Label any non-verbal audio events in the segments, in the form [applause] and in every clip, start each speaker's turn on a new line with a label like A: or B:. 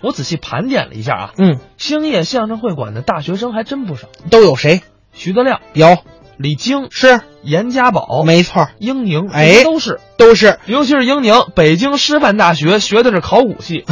A: 我仔细盘点了一下啊，
B: 嗯，
A: 兴业相声会馆的大学生还真不少，
B: 都有谁？
A: 徐德亮、
B: 有
A: 李菁、
B: 是，
A: 严家宝、
B: 没错，
A: 英宁，
B: 哎
A: 都是，
B: 都是， [laughs]
A: 尤其是英宁，北京师范大学学的是考古系。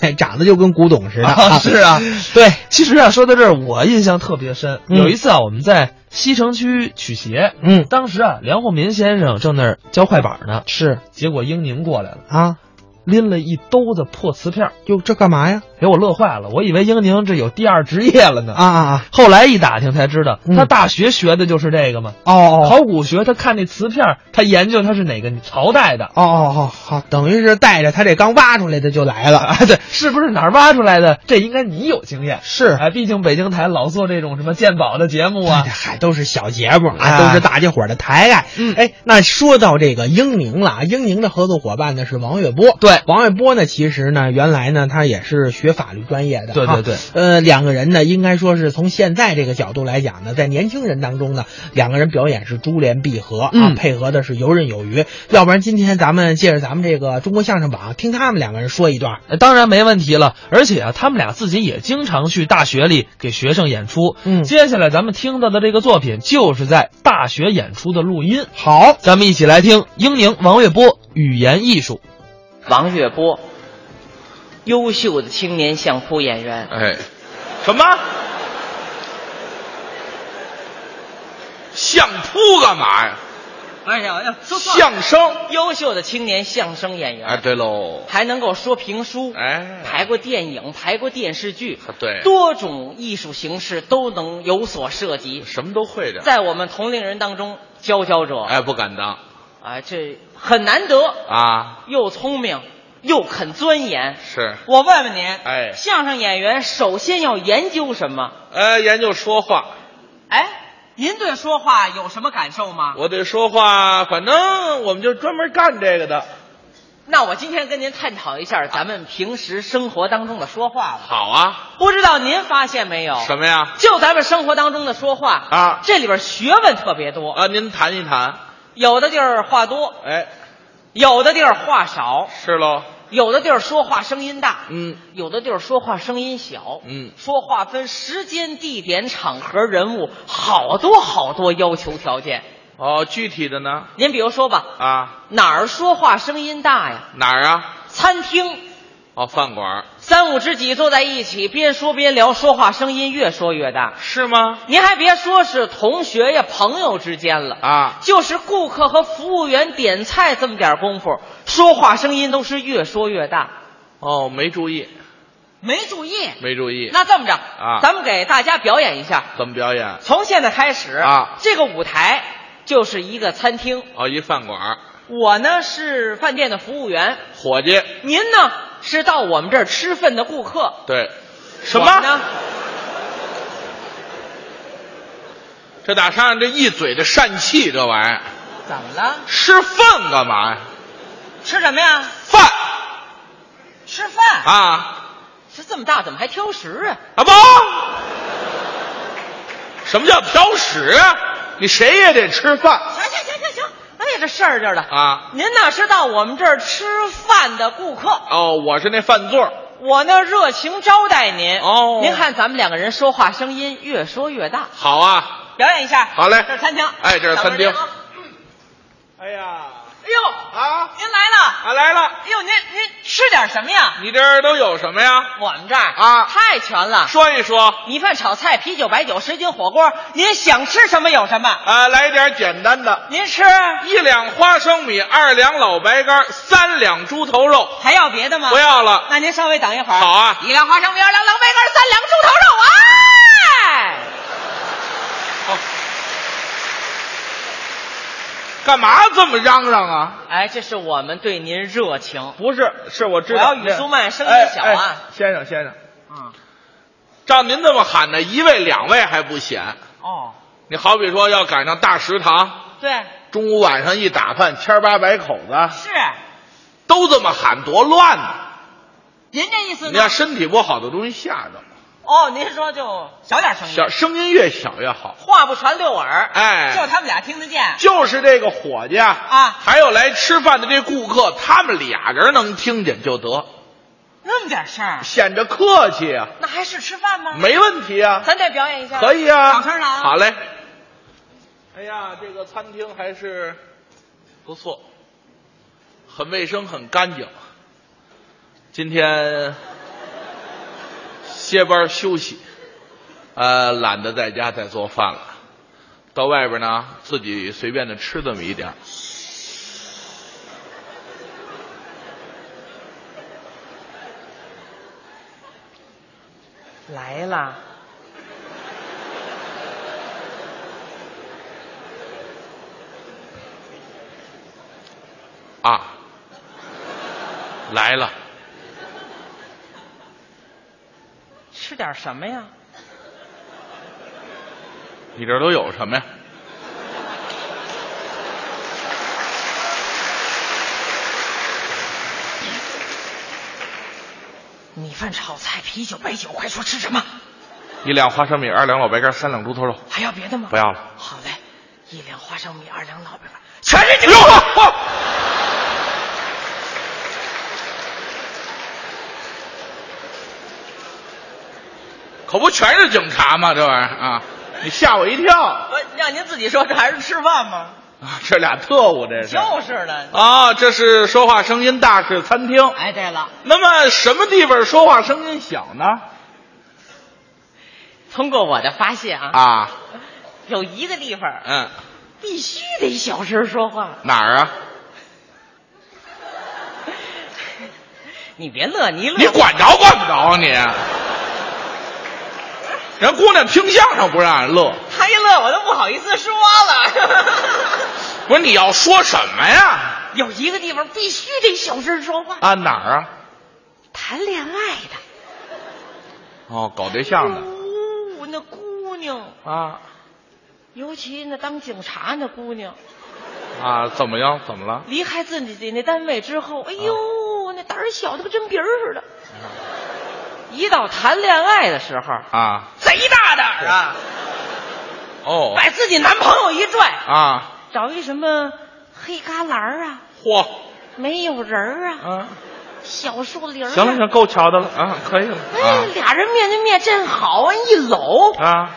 B: 对，长得就跟古董似的。
A: 啊，是啊，
B: 对，
A: 其实啊，说到这儿，我印象特别深。
B: 嗯
A: 有一次啊，我们在西城区取鞋，
B: 嗯，
A: 当时啊，梁鸿民先生正那儿教快板呢，
B: 是
A: 结果英宁过来了，
B: 啊，
A: 拎了一兜子破瓷片儿，
B: 哟，这干嘛呀？
A: 给我乐坏了。我以为英宁这有第二职业了呢。
B: 啊啊啊！
A: 后来一打听才知道，
B: 嗯
A: 他大学学的就是这个嘛，
B: 哦哦
A: 考古学。他看那瓷片儿，他研究它是哪个朝代的，
B: 哦哦哦，好，等于是带着他这刚挖出来的就来了。
A: 啊，对，是不是哪儿挖出来的？这应该你有经验。
B: [laughs] 是，
A: 哎，毕竟北京台老做这种什么鉴宝的节目啊
B: 这。嗨，都是小节目啊，
A: 哎
B: 都是大家伙儿的抬爱。
A: 嗯
B: 哎，那说到这个英宁了啊，英宁的合作伙伴呢是王月波。
A: 对
B: 王月波呢，其实呢，原来呢，他也是学法律专业的。
A: 对对对
B: 啊呃，两个人呢，应该说是从现在这个角度来讲呢，在年轻人当中呢，两个人表演是珠联璧合、啊
A: 嗯，
B: 配合的是游刃有余。要不然今天咱们借着咱们这个中国相声榜，听他们两个人说一段。
A: 呃当然没问题了，而且啊，他们俩自己也经常去大学里给学生演出。
B: 嗯
A: 接下来咱们听到的这个作品就是在大学演出的录音，
B: 好，
A: 咱们一起来听英宁、王月波语言艺术。
C: 王月波，优秀的青年相扑演员，
D: 哎，什么？相扑干嘛呀？
C: 哎呀呀，说错了
D: 相声。
C: 优秀的青年相声演员，
D: 哎，对喽。
C: 还能够说评书，
D: 哎
C: 拍过电影，拍过电视剧，
D: 对
C: 多种艺术形式都能有所涉及，
D: 什么都会点儿。
C: 在我们同龄人当中，佼佼者，
D: 哎，不敢当
C: 啊，这很难得，
D: 啊！
C: 又聪明又肯钻研。
D: 是，
C: 我问问您，
D: 哎
C: 相声演员首先要研究什么？
D: 呃，研究说话，
C: 哎，您对说话有什么感受吗？
D: 我对说话，反正我们就专门干这个的。
C: 那我今天跟您探讨一下咱们平时生活当中的说话吧。
D: 好啊，
C: 不知道您发现没有？
D: 什么呀？
C: 就咱们生活当中的说话
D: 啊
C: 这里边学问特别多，
D: 啊，您谈一谈。
C: 有的地儿话多，
D: 哎，
C: 有的地儿话少，
D: 是喽。
C: 有的地儿说话声音大，
D: 嗯，
C: 有的地儿说话声音小。
D: 嗯
C: 说话分时间、地点、场合、人物，好多好多要求条件。
D: 哦，具体的呢？
C: 您比如说吧，
D: 啊，
C: 哪儿说话声音大呀？
D: 哪儿啊？
C: 餐厅
D: 哦，饭馆儿
C: 三五知己坐在一起，边说边聊，说话声音越说越大。
D: 是吗？
C: 您还别说是同学呀、朋友之间了，
D: 啊，
C: 就是顾客和服务员点菜这么点功夫，说话声音都是越说越大。
D: 哦，没注意，
C: 没注意，
D: 没注意。
C: 那这么着
D: 啊
C: 咱们给大家表演一下。
D: 怎么表演？
C: 从现在开始
D: 啊
C: 这个舞台就是一个餐厅，
D: 哦，一饭馆儿，
C: 我呢是饭店的服务员，
D: 伙计，
C: 您呢是到我们这儿吃饭的顾客。
D: 对，什
C: 我呢
D: 么？？这打上这一嘴的疝气，这玩意儿
C: 怎么了？
D: 吃饭干嘛呀？
C: 吃什么呀？
D: 饭
C: 吃饭。
D: 啊
C: 吃这么大怎么还挑食啊？
D: 啊不！什么叫挑食啊？你谁也得吃饭
C: 行行行行行，哎呀，这事儿劲儿的！
D: 啊！
C: 您呢是到我们这儿吃饭的顾客，
D: 哦，我是那饭座儿，
C: 我呢热情招待您。
D: 哦
C: 您看咱们两个人说话声音越说越大，
D: 好啊！
C: 表演一下。
D: 好嘞
C: 这是餐厅。
D: 哎这是餐
C: 等
D: 厅
C: 会儿您啊
D: 哎呀
C: 哎呦，
D: 啊
C: 您来了！
D: 啊来了！
C: 哎呦，您您吃点什么呀？
D: 你这儿都有什么呀？
C: 我们这儿
D: 啊
C: 太全了，
D: 说一说
C: 米饭、炒菜、啤酒、白酒、什锦火锅，您想吃什么有什么。
D: 啊，来点简单的。
C: 您吃
D: 一两花生米，二两老白干，三两猪头肉，
C: 还要别的吗？
D: 不要了。
C: 那您稍微等一会儿。
D: 好啊
C: 一两花生米，二两冷白干，三两猪头肉。哎，
D: 干嘛这么嚷嚷啊？
C: 哎，这是我们对您热情。
D: 不是，是我知道。
C: 我要语速慢声音小啊
D: 哎哎先生先生，
C: 啊，
D: 照您这么喊的，一位两位还不显。
C: 哦，
D: 你好比说要赶上大食堂，
C: 对，
D: 中午晚上一打饭，千儿八百口子
C: 是，
D: 都这么喊，多乱呢！
C: 您这意思
D: 你
C: 呢
D: 要？身体不好的东西吓着，
C: 哦，您说就小点声音，
D: 小声音越小越好。
C: 话不传六耳，
D: 哎
C: 就他们俩听得见。
D: 就是这个伙计啊，
C: 啊
D: 还有来吃饭的这顾客，他们俩人能听见就得。
C: 那么点事儿，
D: 显着客气啊，
C: 那还是吃饭吗？，
D: 没问题啊，
C: 咱再表演一下，
D: 可以啊，
C: 好声了啊！
D: 好嘞。哎呀，这个餐厅还是不错，很卫生，很干净。今天歇班休息，呃，懒得在家再做饭了，到外边呢自己随便的吃这么一点儿。
C: 来了。
D: 啊，来了，
C: 吃点什么呀？
D: 你这都有什么呀？
C: 米饭、炒菜、啤酒、白酒，快说吃什么？
D: 一两花生米，二两老白干，三两猪头肉。
C: 还要别的吗？
D: 不要了。
C: 好嘞，一两花生米，二两老白干，全
D: 全
C: 是
D: 是
C: 酒
D: 酒。。可不全是警察吗？这玩意儿啊，你吓我一跳啊！
C: 我让您自己说，这还是吃饭吗？
D: 这俩特务这是
C: 是的。
D: 啊，这是说话声音大是餐厅。
C: 哎，对了，
D: 那么什么地方说话声音小呢？
C: 通过我的发现啊，
D: 啊，
C: 有一个地方
D: 嗯，
C: 必须得小声说话。
D: 哪儿啊？
C: 你别乐，你一乐
D: 你管着管不着啊你？人姑娘听相声不让人乐，
C: 他一乐，我都不好意思说了。 [laughs]
D: 不是你要说什么呀？
C: 有一个地方必须得小声说话，
D: 啊，哪儿啊？
C: 谈恋爱的，
D: 哦，搞对象的
C: 呜、那姑娘，
D: 啊
C: 尤其那当警察那姑娘，
D: 啊，怎么样？怎么了？
C: 离开自己那单位之
D: 啊
C: 后，哎呦，那胆儿小的跟针鼻儿似的。一到谈恋爱的时候，
D: 啊，
C: 贼大胆儿啊，
D: 哦
C: 把自己男朋友一拽，
D: 啊，
C: 找一什么黑旮旯儿啊，
D: 嚯，
C: 没有人儿啊，
D: 啊，
C: 小树林儿、啊。
D: 行了行了，够瞧的了啊，可以了
C: 哎，俩人面对面真好啊，一搂。哎
D: 啊啊，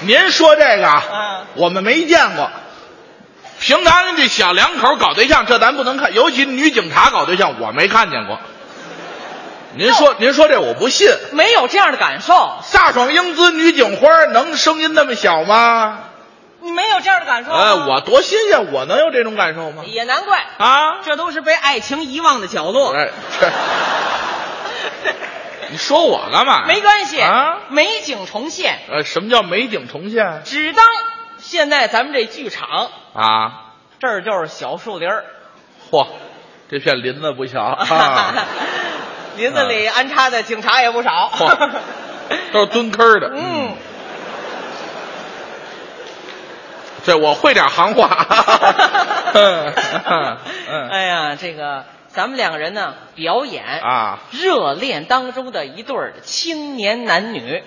D: 您说这个
C: 啊，
D: 我们没见过。平常人这小两口搞对象，这咱不能看，尤其女警察搞对象，我没看见过。您说，您说这我不信。
C: 没有这样的感受，
D: 飒爽英姿女警花能声音那么小吗？
C: 你没有这样的感受吗
D: 哎，我多新鲜，我能有这种感受吗？
C: 也难怪，
D: 啊，
C: 这都是被爱情遗忘的角落。
D: 哎，这你说我干嘛？
C: [laughs] 没关系
D: 啊。
C: 美景重现，
D: 呃，什么叫美景重现
C: 只当现在咱们这剧场
D: 啊？
C: 这儿就是小树林儿，
D: 嚯，这片林子
C: [laughs]
D: 不小啊，
C: 林子里安插的警察也不少。 [laughs]
D: 嚯都是蹲坑儿的。
C: 嗯，
D: 这我会点行话。 [laughs]
C: [laughs]
D: 嗯嗯
C: 哎呀，这个咱们两个人呢，表演
D: 啊，
C: 热恋当中的一对儿青年男女，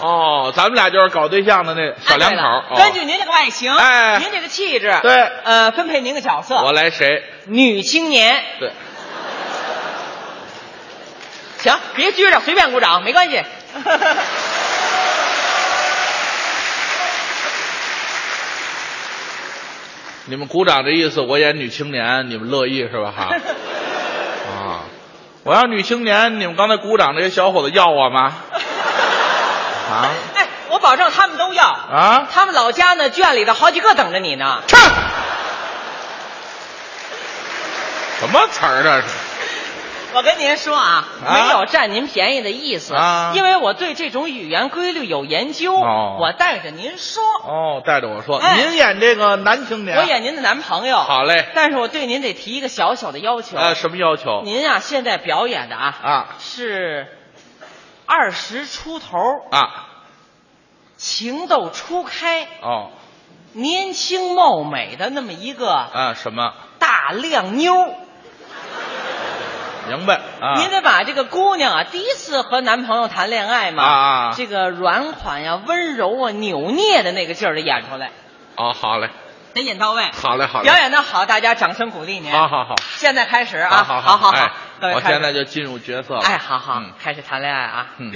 D: 哦，咱们俩就是搞对象的那小两口
C: 啊
D: 儿。
C: 对了根据
D: 哦
C: 您这个外形，
D: 哎
C: 您这个气质，
D: 对
C: 呃，分配您个角色，
D: 我来谁？
C: 女青年，
D: 对。
C: 行，别拘着，随便鼓掌，没关系。 [laughs]
D: 你们鼓掌这意思，我演女青年，你们乐意是
C: [laughs]
D: 吧？哈啊！我要女青年，你们刚才鼓掌这些小伙子要我
C: [laughs]
D: 吗？啊
C: 哎，我保证他们都要。
D: 啊！
C: 他们老家呢，圈里头好几个等着你呢。
D: 去！什么词儿这是？
C: 我跟您说啊，
D: 啊
C: 没有占您便宜的意思，
D: 啊
C: 因为我对这种语言规律有研究，
D: 哦
C: 我带着您说。
D: 哦，带着我说，
C: 哎
D: 您演这个男青年，
C: 我演您的男朋友，
D: 好嘞。
C: 但是我对您得提一个小小的要求。
D: 呃，什么要求？
C: 您啊，现在表演的啊，
D: 啊
C: 是二十出头，
D: 啊
C: 情窦初开，
D: 哦
C: 年轻貌美的那么一个
D: 啊啊什么？
C: 大靓妞儿，
D: 明白啊。
C: 您得把这个姑娘啊，第一次和男朋友谈恋爱嘛，
D: 啊
C: 这个软款呀、温柔啊、扭捏的那个劲儿得演出来，
D: 哦，好嘞，
C: 得演到位。
D: 好嘞，好嘞
C: 表，演的好，大家掌声鼓励您。
D: 好好好，
C: 现在开始啊，
D: 好
C: 好好，
D: 好，哎，
C: 各位
D: 我
C: 开始
D: 现在就进入角色了。
C: 哎，好好
D: 嗯，
C: 开始谈恋爱啊。
D: 嗯，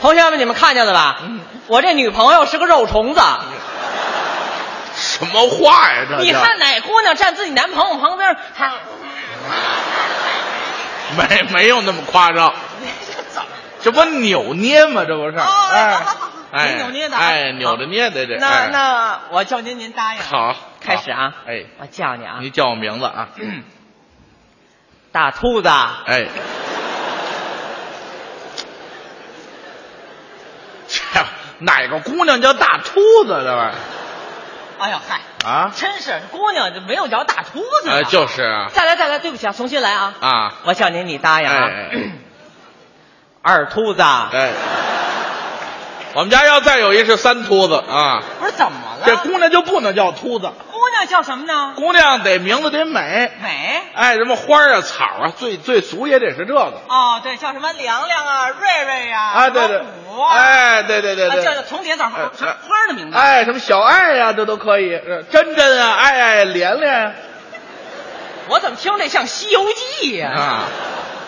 C: 同学们，你们看见了吧？
D: 嗯
C: 我这女朋友是个肉虫子。
D: 什么话呀？这叫
C: 你看哪姑娘站自己男朋友旁
D: 嗯
C: 边，她
D: 没没有那么夸张，哎这不扭捏吗？这
C: 哦
D: 不是？哎哎，
C: 您扭捏的啊
D: 哎，扭着捏的这。
C: 那
D: 哎
C: 那我叫您，您答应。，
D: 好，
C: 开始啊
D: 好哎，
C: 我叫你啊，嗯
D: 你叫我名字啊？
C: 大秃子，
D: 哎，这哪个姑娘叫大秃子？这玩意
C: 哎呦嗨，
D: 儿啊？
C: 真是姑娘就没有叫大秃子
D: 哎，
C: 的。
D: 就是啊
C: 再来再来，对不起啊，重新来啊。
D: 啊，
C: 我叫您，你答应啊。
D: 哎
C: 二秃子，
D: 哎，我们家要再有一是三秃子
C: [laughs]
D: 啊，
C: 不是怎么了？
D: 这姑娘就不能叫秃子，
C: 姑娘叫什么呢？
D: 姑娘得名字得美。
C: 美。
D: 哎，什么花儿啊、草啊，最最俗也得是这个
C: 哦，对，叫什么凉凉啊、瑞瑞呀、
D: 啊，对对
C: 老虎，啊，
D: 哎，对对对
C: 啊，
D: 对，
C: 叫叫重叠字儿，
D: 哎
C: 什么花儿的名字？
D: 哎，什么小爱呀、这都可以，呃珍珍啊，爱爱莲莲啊
C: 我怎么听着像《西游记》
D: 啊
C: 哎呀？，
D: 啊，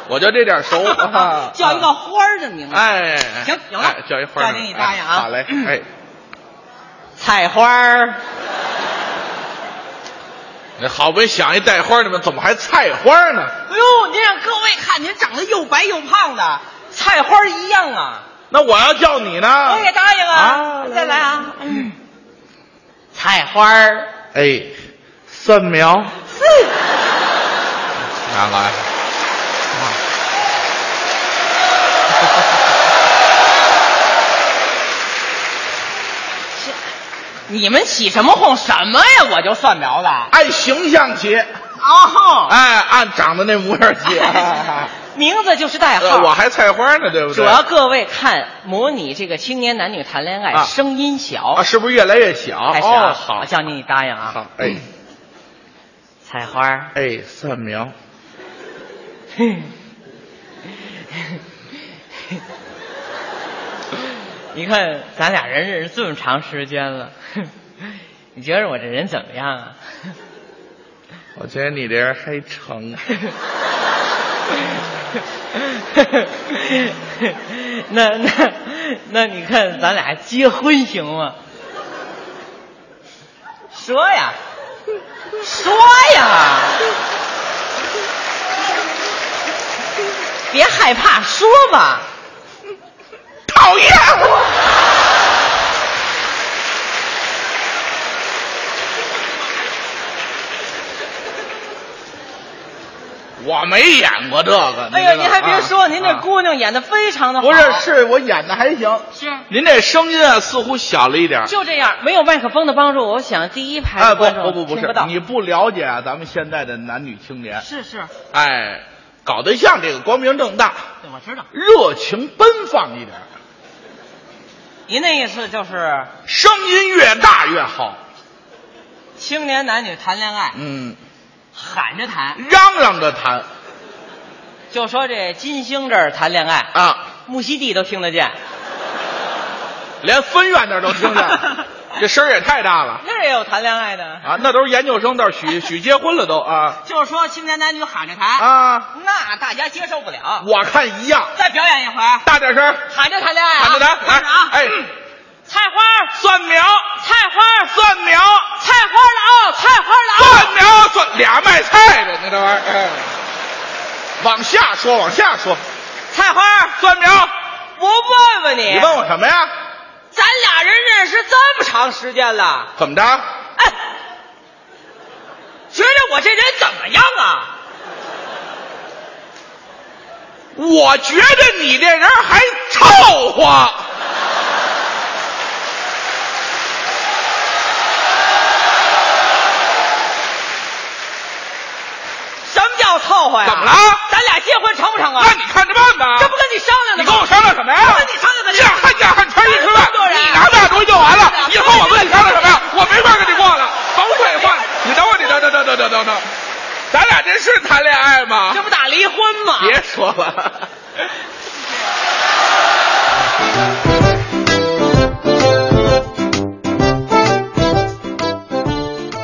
D: 我就这点
C: [laughs]
D: 熟啊
C: 叫一个花儿的名字，
D: 哎，
C: 行行了
D: 哎叫一花儿
C: 叫您一答应啊
D: 哎好嘞，哎，
C: 菜花儿。
D: 那好不容易想一带花儿，你们怎么还菜花儿呢？
C: 哎呦，您让各位看，您长得又白又胖的，菜花儿一样啊！
D: 那我要叫你呢？
C: 我也答应啊
D: 啊，
C: 再来啊！嗯菜花儿，
D: 哎，蒜苗，
C: 哼
D: 拿来。
C: 你们起什么哄什么呀？我就蒜苗了。
D: 按形象起，
C: 哦，
D: 哎，按长得那模样起。
C: [laughs] 名字就是代
D: 呃
C: 号。
D: 我还菜花呢，对不
C: 主
D: 对？
C: 要各位看模拟这个青年男女谈恋爱，
D: 啊
C: 声音小，
D: 啊，是不是越来越小？
C: 开始啊，
D: 哦，好
C: 我，叫你，你答应啊。
D: 好，哎
C: 菜花儿， [laughs]
D: 哎，蒜苗，
C: 你看咱俩人认识这么长时间了， [laughs] 你觉得我这人怎么样啊？
D: 我觉得你这人还成。
C: [laughs] 那那那你看咱俩结婚行吗？说呀，说呀，别害怕，说吧。
D: 讨厌我！我没演过这个。
C: 哎呀，
D: 你知道
C: 您还别
D: 啊
C: 说，您这
D: 啊
C: 姑娘演的非常的好，
D: 不是，是我演的还行。
C: 是
D: 您这声音啊，似乎小了一点儿。
C: 就这样，没有麦克风的帮助，我想第一排
D: 哎，
C: 的
D: 不
C: 观众
D: 不不不
C: 听
D: 是
C: 不，到，
D: 你不了解啊，咱们现在的男女青年，
C: 是是，
D: 哎，搞对象这个光明正大、
C: 对我知道。
D: 热情奔放一点儿，
C: 您那意思就是
D: 声音越大越好。
C: 青年男女谈恋爱，
D: 嗯，
C: 喊着谈，
D: 嚷嚷着谈
C: 就说这金星这儿谈恋爱，
D: 啊，
C: 木樨地都听得见，
D: 连分院那儿都
C: [laughs]
D: 听着，这声儿也太大了
C: 那儿也有谈恋爱的。
D: 啊！那都是研究生，
C: [laughs]
D: 到许许结婚了都啊
C: 就是说青年男女喊着谈，
D: 啊！
C: 那大家接受不了。
D: 我看一样，
C: 再表演一回，
D: 大点声儿，
C: 喊着谈恋爱、啊，
D: 喊着谈，
C: 开始啊！
D: 来，哎，
C: 菜花，
D: 蒜苗，
C: 菜花，
D: 蒜苗，
C: 菜花了啊，菜花了啊！
D: 蒜苗蒜俩卖菜的，你这玩意儿，哎往下说，往下说，
C: 菜花，
D: 蒜苗，
C: 我问问
D: 你问我什么呀？
C: 咱俩人认识这么长时间了，
D: 怎么着？
C: 哎，觉着我这人怎么样啊？
D: 我觉得你这人还臭
C: 啊
D: 花。
C: 什么叫凑合呀？
D: 怎么了
C: 咱俩结婚成不成啊？
D: 那你看着办吧。
C: 这不跟你商量的
D: 你
C: 吗？
D: 跟我商量什么呀？
C: 我跟你商量的哎
D: 这汉家汉穿一吃饭，
C: 咱们这么多人
D: 你拿大主这是谈恋爱吗？
C: 这不打离婚吗？
D: 别说了。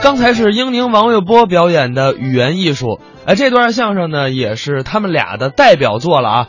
A: 刚才是英宁、王月波表演的语言艺术，哎，这段相声呢也是他们俩的代表作了啊。